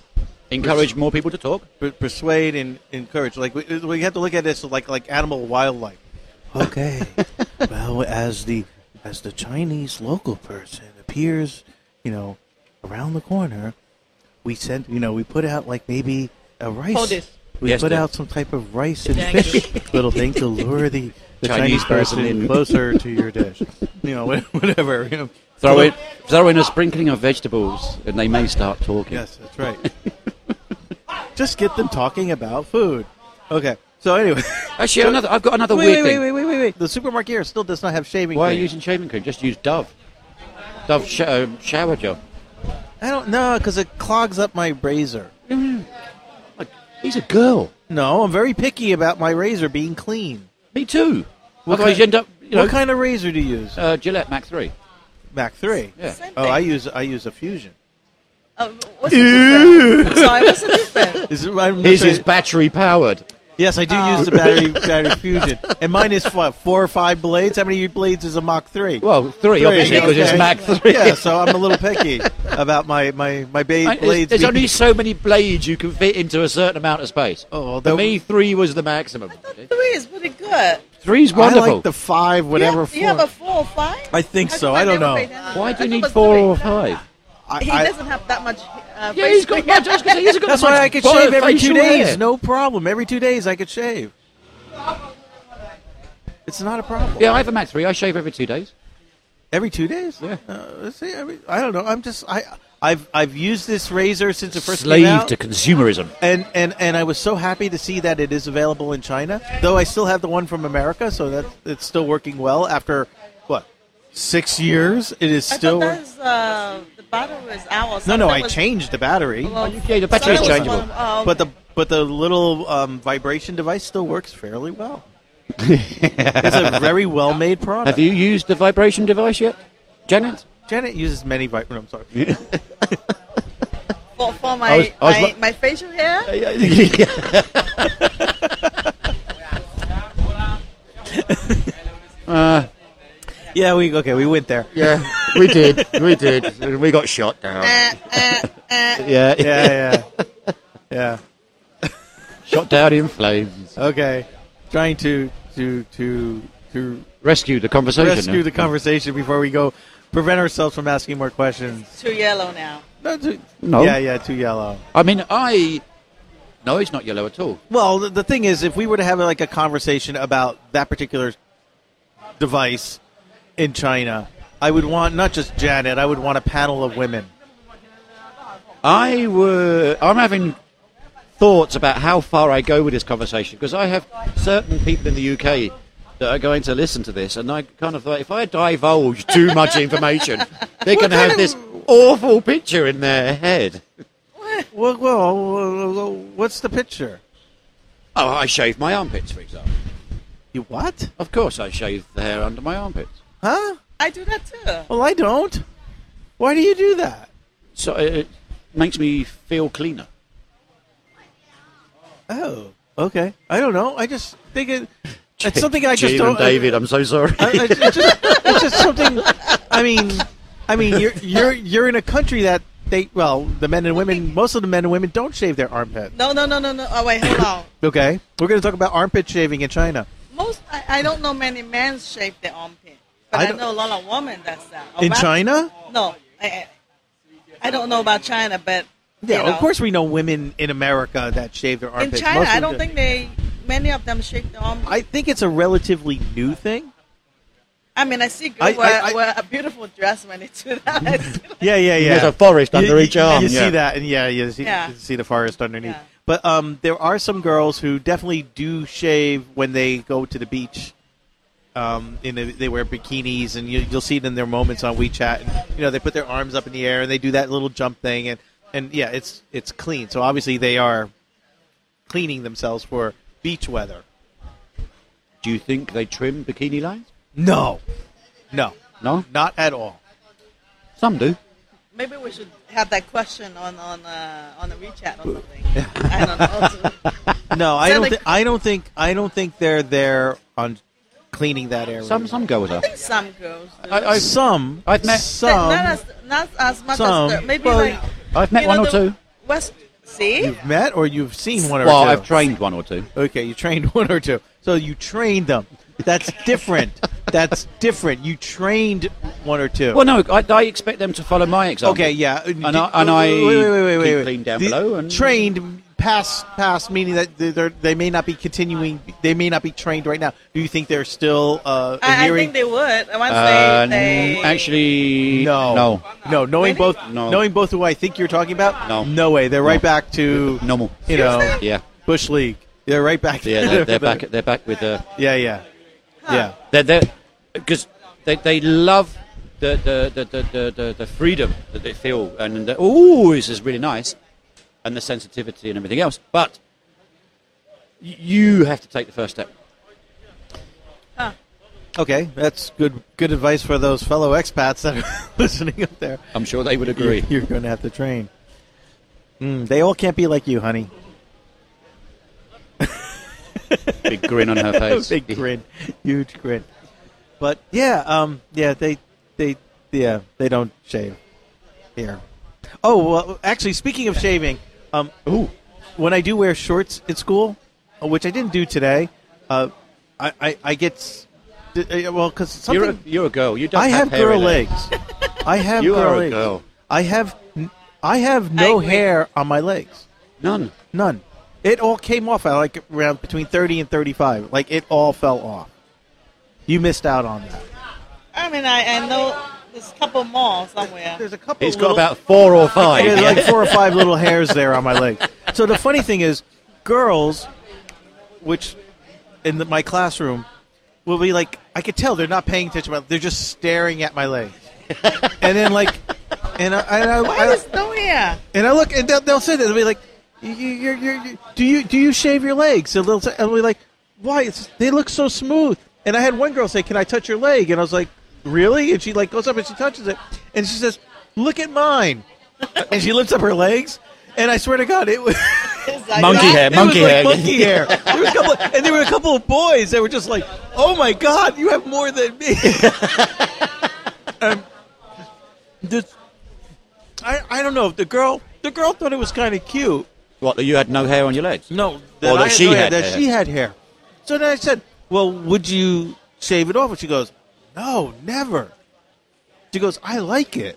Encourage more people to talk. per- persuade and encourage. Like, we, we have to look at this like like animal wildlife. Okay. well, as the as the Chinese local person appears, you know, around the corner, we sent you know we put out like maybe a rice. Hold this. We Yes, put dear. out some type of rice and Thank fish little thing to lure the, the Chinese Chinese, person person, in. closer to your dish. You know, wha- whatever. You know. Throw in, throw in a sprinkling of vegetables, and they may start talking. Yes, that's right. Just get them talking about food. Okay. So anyway, Actually, another, I've got another wait, wait, weird wait, thing. wait, wait, wait, wait. The supermarket here still does not have shaving. Why are cream. you using shaving cream? Just use Dove. Dove sh- uh, shower gel. I don't know because it clogs up my razor. Like, he's a girl. No, I'm very picky about my razor being clean. Me too. What kind- Otherwise, you end up, you know, what kind of razor do you use? uh, Gillette Mac 3. Mac three. Yeah. Same Oh, I thing. use I use a fusion. Uh, what's the difference? I'm sorry, what's the difference? Is, I'm Oh. His literally- is battery powered. yes, I do use the battery battery fusion, and mine is what four or five blades. How many blades is a Mach three? Well, three, Three, obviously, because it's okay. Mac 3. yeah, so I'm a little picky about my my my ba- I- there's blades. there's being- only so many blades you can fit into a certain amount of space. Oh, well, For that- me, three was the maximum. Three is pretty good. Three's I wonderful. like the five, You whatever. have, you have four. a four or five? I think How so, come I don't never know. paid attention? Why do I you thought it need was four three. or five? I- He I- doesn't have that much. Uh, Yeah, he's got face- much. I was gonna say, he hasn't got that's much why I could butter- shave every two facial days, hair. no problem. Every two days, I could shave. It's not a problem. Yeah, I have a Mac 3. I shave every two days. Every two days? Yeah. Uh, see, every, I don't know. I'm just I I've I've used this razor since it first came Slave out, to consumerism. and and and I was so happy to see that it is available in China. Though I still have the one from America, so that it's still working well after what six years. It is I still thought that was, uh, the battery was ours. no no. I changed Oh, the battery, Well, yeah, the battery something is was changeable. one of- oh, but the okay. but the little um, vibration device still works fairly well. it's a very well made product. Have you used the vibration device yet, Janet? Janet uses many vib. no, I'm sorry. for, for my I was- I was my, wa- my facial hair. Yeah, we okay. We went there. yeah, we did. We did. We got shot down. Uh, uh, uh. Yeah, Yeah, yeah, yeah. shot down in flames. Okay, trying to to to to Rescue the conversation. rescue the conversation before we go prevent ourselves from asking more questions. Too yellow now. No, too, Uh, No. yeah, yeah, too yellow. I mean, I. No, it's not yellow at all. Well, the, the thing is, if we were to have like a conversation about that particular device in China, I would want not just Janet. I would want a panel of women. I were. I'm having thoughts about how far I go with this conversation because I have certain people in the UK that are going to listen to this, and I kind of thought if I divulge too much information, they're going to have this awful picture in their head. Well, well, well, well, what's the picture? Oh, I shave my armpits, for example. You what? Of course, I shave the hair under my armpits. Huh? I do that too. Well, I don't. Why do you do that? So uh, it it makes me feel cleaner. Oh, okay. I don't know. I just think it. It's something I just Gene don't. and David, I'm so sorry. I, I, it's, just, it's just something. I mean, I mean, you're you're you're in a country that they well, the men and women, most of the men and women don't shave their armpit. No, no, no, no, no. Oh wait, hold on. Okay, we're going to talk about armpit shaving in China. Most I, I don't know many men shave their armpit, but I I, don't- know a lot of women that's that. In About- China? No, I, I- I don't know about China, but Yeah, you know, of course we know women in America that shave their In armpits. China, Most of I them don't do. think they many of them shave their armpit. I think it's a relatively new thing. I mean, I see I- girls wear, I- I- wear a beautiful dress when they do that. I see like- Yeah, yeah, yeah. There's a forest under each arm, You see yeah. that, and yeah, you see, Yeah. you see the forest underneath. Yeah. But um, there are some girls who definitely do shave when they go to the beach. Um, and they, they wear bikinis, and you, you'll see it in their moments on WeChat. And, you know, they put their arms up in the air and they do that little jump thing, and and yeah, it's it's clean. So obviously they are cleaning themselves for beach weather. Do you think they trim bikini lines? No, no, No, not at all. some do. Maybe we should have that question on on uh, on the WeChat or something. I don't know. No, I that don't. like- thi- I don't think. I don't think they're there on cleaning that area. Some some girls are. Some girls. Do. I, I've, some. I've met- Uh, some. not as not as much some, as the, maybe well, uh, like I've met you one know, or the two. West, see, You've met or you've seen one or Well, two. I've trained one or two. okay, you trained one or two. So you trained them. That's different. That's different. You trained one or two. Well, no, I, I expect them to follow my example. okay, yeah. And I, and I wait, wait, wait, wait, wait, keep wait. clean down The- below. And trained past past meaning that they- they're, they may not be continuing. They may not be trained right now. Do you think they're still uh, I, I adhering? think they would once Uh, they, they actually, no, no, no. Knowing Maybe? both, No. knowing both who I think you're talking about. No. no way. They're right No. back to normal. you know Yeah, Bush League. They're right back. yeah, they're, they're back. They're back with the. Yeah, yeah, yeah. They're they because they they love the the the, the, the, the, the freedom that they feel and the, oh this is really nice, and the sensitivity and everything else. But y- you have to take the first step. Okay, that's good. Good advice for those fellow expats that are listening up there. I'm sure they would You're, agree. you're going to have to train. Mm, they all can't be like you, honey. Big grin on her face. Big grin, huge grin. But yeah, um, yeah, they, they, yeah, they don't shave here. Oh, well, actually, speaking of shaving, um, ooh, when I do wear shorts at school, uh, which I didn't do today, uh, I, I, I get, s- d- uh, well, because something You're a, you're a girl. You don't. I have hair girl in it. legs. I have You girl are a legs. girl. I have, n- I have no agree. hair on my legs. None. None. It all came off at like around between 30 and 35. Like it all fell off. You missed out on that. I mean, I, I know there's a couple more somewhere. There's a couple. He's got little- about four or five. yeah, like four or five little hairs there on my leg. So the funny thing is, girls, which in the, my classroom, will be like, I could tell they're not paying attention. They're just staring at my leg. and then like, and I, and I, Why I- is no hair? And I look, and they'll, they'll say that. They'll be like, you, you, you, you, "Do you do you shave your legs?" And they'll say, "I'll be like, why? It's, they look so smooth." And I had one girl say, "Can I touch your leg?" And I was like, "Really?" And she like goes up and she touches it, and she says, "Look at mine," and she lifts up her legs. And I swear to God, it was It's like Monkey hair. that. it was like hair. monkey hair. There was a couple, and there were a couple of boys that were just like, "Oh my God, you have more than me." Um, this- I, I don't know. The girl the girl thought it was kind of cute. What? that You had no hair on your legs. No, that I she no idea had that hair. she had hair. So then I said, "Well, would you shave it off?" And she goes, "No, never." She goes, "I like it."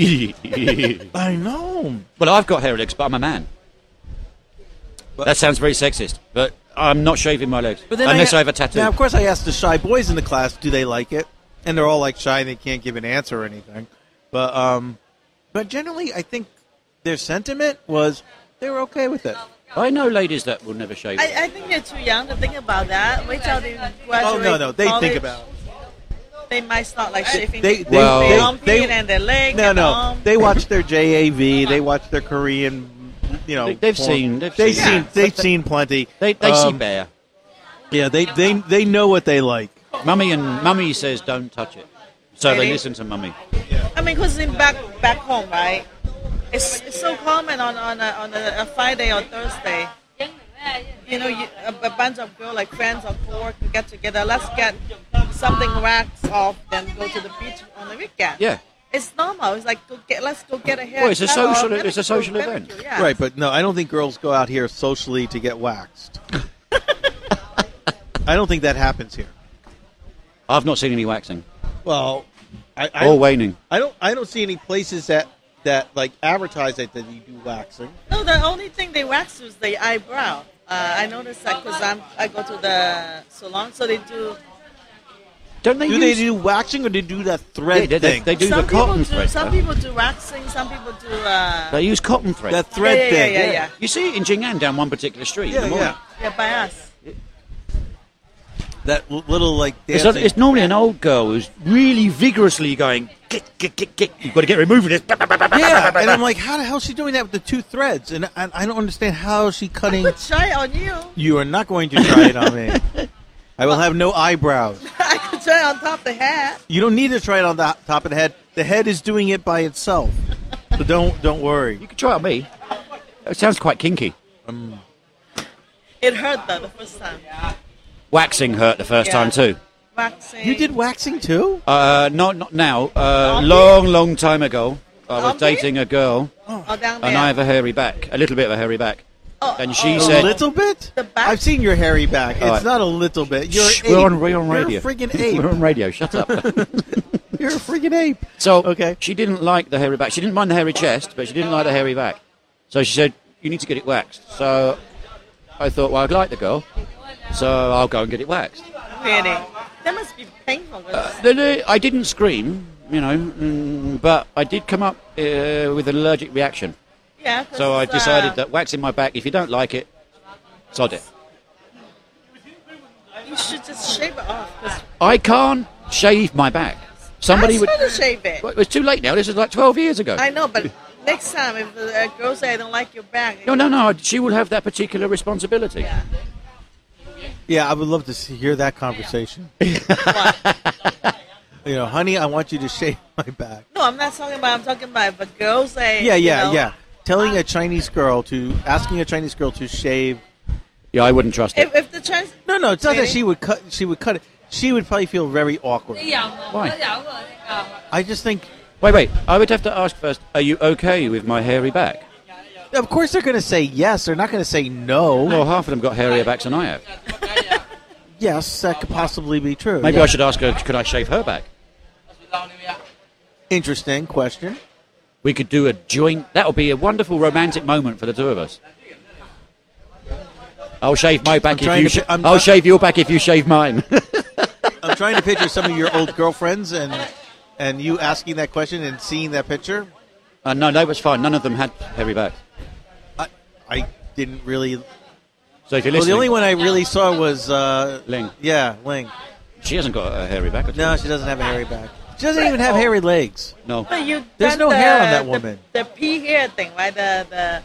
I know. well, I've got hairy legs, but I'm a man. that sounds very sexist, but I'm not shaving my legs But then unless I, I have a tattoo. Now, of course, I asked the shy boys in the class, "Do they like it?" And they're all like shy and they can't give an answer or anything. But um, but generally, I think their sentiment was they were okay with it. I know ladies that will never shave. I, I think they're too young to think about that. Wait till they graduate. Oh no, no, they college, think about. It. They might start like shaving They- their they- Well- their they- armpit they- and their leg. No, and no, arm. they watch their JAV, they watch their Korean. You know, They- they've porn. seen- they've they've seen- seen, Yeah. they've seen plenty. They, they see Um, bare. Yeah, they, they they know what they like. Mummy and mummy says don't touch it, so they Really? listen to mummy. I mean, because in back back home, right? It's, it's so common on on a, on a, a Friday or Thursday. You know, you, a, a bunch of girl like friends or co-work get together. Let's get something waxed off, then go to the beach on the weekend. Yeah. it's normal. It's like go get, let's go get a hair. Well, it's a social- it's a social event. Yeah. Right, but no, I don't think girls go out here socially to get waxed. I don't think that happens here. I've not seen any waxing Well, I, I or waning. I don't I don't see any places that that like advertise that, that you do waxing. No, the only thing they wax is the eyebrow. Uh, I noticed that because I'm I go to the salon, so they do. Don't they? Do use, they do waxing or do they do that thread Yeah, they- they- thing? they do some the cotton people do. thread. Some though. people do waxing. Some people do. Uh, They use cotton thread. that thread yeah, yeah, thing. yeah, yeah. you see it in Jing'an down one particular street. in Yeah, the morning. yeah. yeah, by us. That l- little like It's, dancing. it's normally an old girl who's really vigorously going. Kick, kick, kick, kick. You've got to get removed of this. yeah, and I'm like, how the hell is she doing that with the two threads? And I, I don't understand how is she cutting. Put try on you. you are not going to try it on me. I will have no eyebrows. I could try on top the hat. You don't need to try it on the top of the head. The head is doing it by itself. So don't don't worry. You could try it on me. It sounds quite kinky. It hurt though the first time. Waxing hurt the first Yeah. time too. Waxing. You did waxing too? Uh, not not now. Uh, Armpit? long long time ago, I was Armpit? dating a girl, Oh, down there. and I have a hairy back, a little bit of a hairy back. Oh, and she A oh, said- little bit? The back? I've seen your hairy back. It's All right. not a little bit. You're Shh, an we're ape. on we're on radio. You're a friggin' We're ape. on radio. Shut up. You're a friggin' ape. so Okay. she didn't like the hairy back. She didn't mind the hairy chest, but she didn't like the hairy back. So she said, "You need to get it waxed." So I thought, well, I like the girl, so I'll go and get it waxed. Really? That must be painful. No, no, I didn't scream, you know, mm, but I did come up uh, with an allergic reaction. yeah. 'cause So I it's, decided uh, that waxing my back, if you don't like it, sod it. you should just shave it off. 'cause I can't shave my back. Somebody I'm would. trying to shave it. Well, it was too late now. This is like 12 years ago. I know, but next time if a girl say I don't like your back, No, no, no. She will have that particular responsibility. Yeah. Yeah, I would love to see, hear that conversation. What? You know, honey, I want you to shave my back. no, I'm not talking about. I'm talking about if a girl say. Yeah, you yeah, know, yeah. telling a Chinese girl to asking a Chinese girl to shave. Yeah, I wouldn't trust it. If, if the Chinese, No, no, it's not that Really? she would cut. She would cut it. She would probably feel very awkward. Why? I just think, Wait, wait. I would have to ask first. Are you okay with my hairy back? of course, they're going to say yes. They're not going to say no. Well, half of them got hairier backs than I have. Yes, that could possibly be true. Maybe I should ask her. Could I shave her back? Interesting question. We could do a joint. That would be a wonderful romantic moment for the two of us. I'll shave my back if trying you. to Sh- pi- I'm I'll not- shave your back if you shave mine. I'm trying to picture some of your old girlfriends and and you asking that question and seeing that picture. uh, no, no, it's fine. None of them had hairy backs. I, I didn't really. So if you're Well, the listening, only one I really saw was uh, Ling. Yeah, Ling. she hasn't got a hairy back. At No, she doesn't have a hairy back. She doesn't even Oh. have hairy legs. all. no. but you There's done no the, hair on that the- woman. The, pea hair thing, right? The the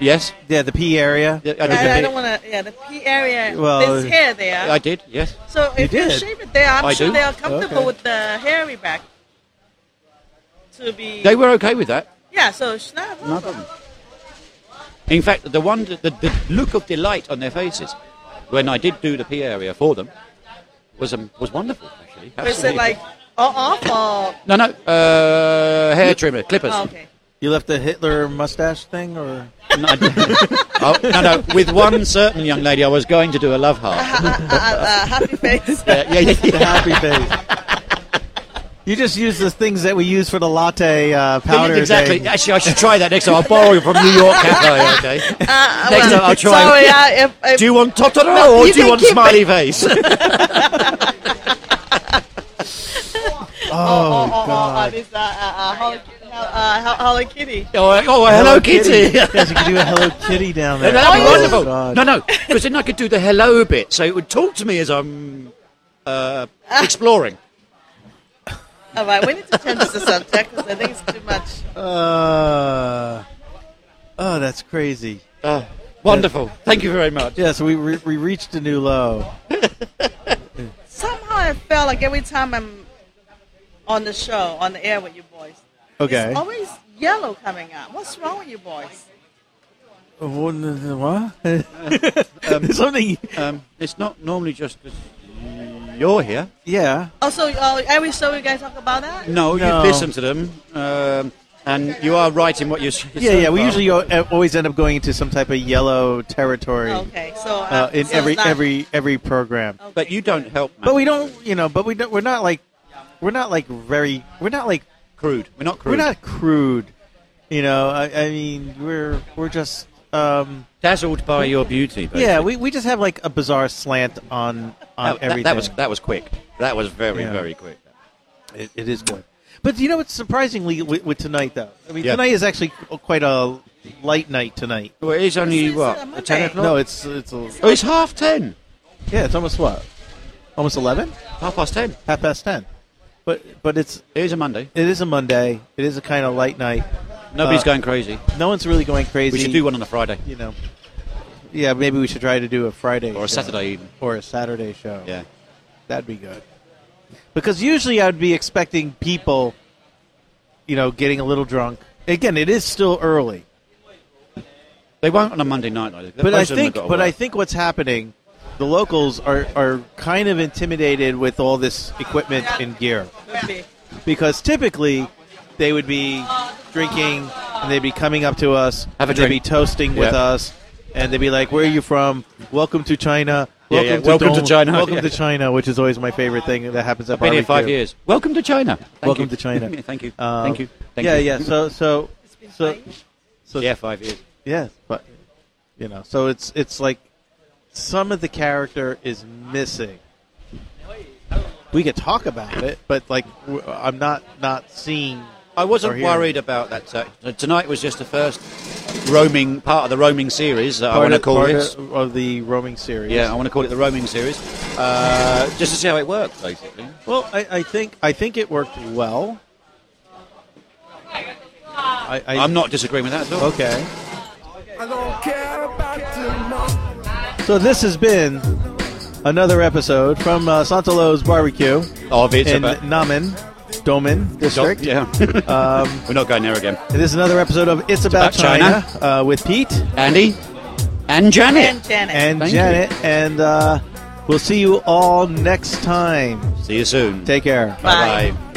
Yes, Yeah, the P area. Yeah, I did. I, I the don't bit- want to. Yeah, the pea area. Well, There's hair there. I did. Yes. so if you, did. shave it there, I'm I sure do. they are comfortable Okay. with the hairy back. To be They were okay with that. yeah. So it's not a problem. In fact, the one, the, the look of delight on their faces when I did do the P area for them was um, was wonderful. Actually, Is it Absolutely. like oh, all off or no, no, uh, hair trimmer, clippers. oh, okay? You left the Hitler mustache thing, or no, I didn't. Oh, no, no, with one certain young lady, I was going to do a love heart. Uh, uh, uh, happy face. Uh, yeah, yeah, the yeah. happy face? You just use the things that we use for the latte uh, powder. exactly. thing. Actually, I should try that next time. I'll borrow it from New York Cafe. Okay. Uh, Next time I'll try. Sorry, I, if, if, Do you want Totoro No, or you do you can want keep smiley face? Oh, oh, oh, oh, oh, God. this uh, uh, uh, Hello, Kitty- uh, uh, Hello Kitty. oh, oh, hello, Kitty. yes, you can do a Hello Kitty down there. No, that'd be Oh, wonderful. God. No, no, because then I could do the hello bit, so it would talk to me as I'm uh, exploring. All right, we need to change the subject because I think it's too much. Uh, oh, that's crazy. Uh, wonderful. Thank you very much. Yes, we re- we reached a new low. Somehow I felt like every time I'm on the show, on the air with you boys, Okay. it's always yellow coming out. What's wrong with you boys? What? Something. Um, it's not normally just because you're here. Yeah. Also, uh, every show you guys talk about that. No, No. you've listened to them, um, and you are right in what you're saying. Yeah, yeah. We usually go, always end up going into some type of yellow territory Okay, so uh, uh, in so it's every not- every every program. Okay. But you don't help, man. But we don't, you know. But we don't, we're not like we're not like very we're not like crude. We're not crude. we're not crude. You know, I, I mean, we're we're just um, dazzled by your beauty. Basically. yeah. We, we just have like a bizarre slant on on that, that- everything. that was that was quick. That was very Yeah. very quick. It, it is good. But you know what's surprisingly with, with tonight, though? I mean, Yeah. tonight is actually quite a light night tonight. Well, it is only It's- it's what a a Monday. ten o'clock. No, it's it's a, Oh, it's half ten, yeah, it's almost what, almost eleven, half past ten. half past ten. But but it's It is a Monday. it is a Monday. It is a kind of light night. Nobody's Uh, going crazy. No one's really going crazy. We should do one on a Friday you know. Yeah, maybe we should try to do a Friday or show. a Saturday even. or a Saturday show. Yeah. that'd be good. Because usually I'd be expecting people, you know, getting a little drunk. Again, it is still early. They won't on a Monday night. Though. But I Most of them have think, got to but I work. think what's happening, the locals are are kind of intimidated with all this equipment and gear Could be. because typically they would be drinking and they'd be coming up to us, Have a and they'd be drink. toasting with Yeah. us, and they'd be like, "Where are you from? Welcome to China." Yeah, yeah, welcome to Dong- China." Welcome Yeah. to China, which is always my favorite thing that happens at Been here five barbecue. years. Welcome to China. Thank Welcome you. to China. Yeah, Thank you. Uh, Thank you. Thank yeah, you. yeah. So, so, It's been so, fine. so, yeah, five years. Yes, but you know, so it's it's like some of the character is missing. We could talk about it, but like w- I'm not not seeing. I Or wasn't here. worried about that. so- so Tonight was just the first roaming part of the roaming series that I part want to of- call part this. of, of the roaming series. Yeah, I want to call it the roaming series, uh, just to see how it works, basically. Well, I, I think I think it worked well. I, I I'm not disagreeing with that at all. okay. I don't care about tomorrow. So this has been another episode from uh, Santalo's Barbecue Of it's in about Naman. Stoneman District. Yeah. Um, We're not going there again. It is another episode of It's, About, About China. China uh, with Pete. Andy and And Janet. Janet. and Thank Janet, and uh, we'll see you all next time. See you soon. Take care. Bye. Bye-bye.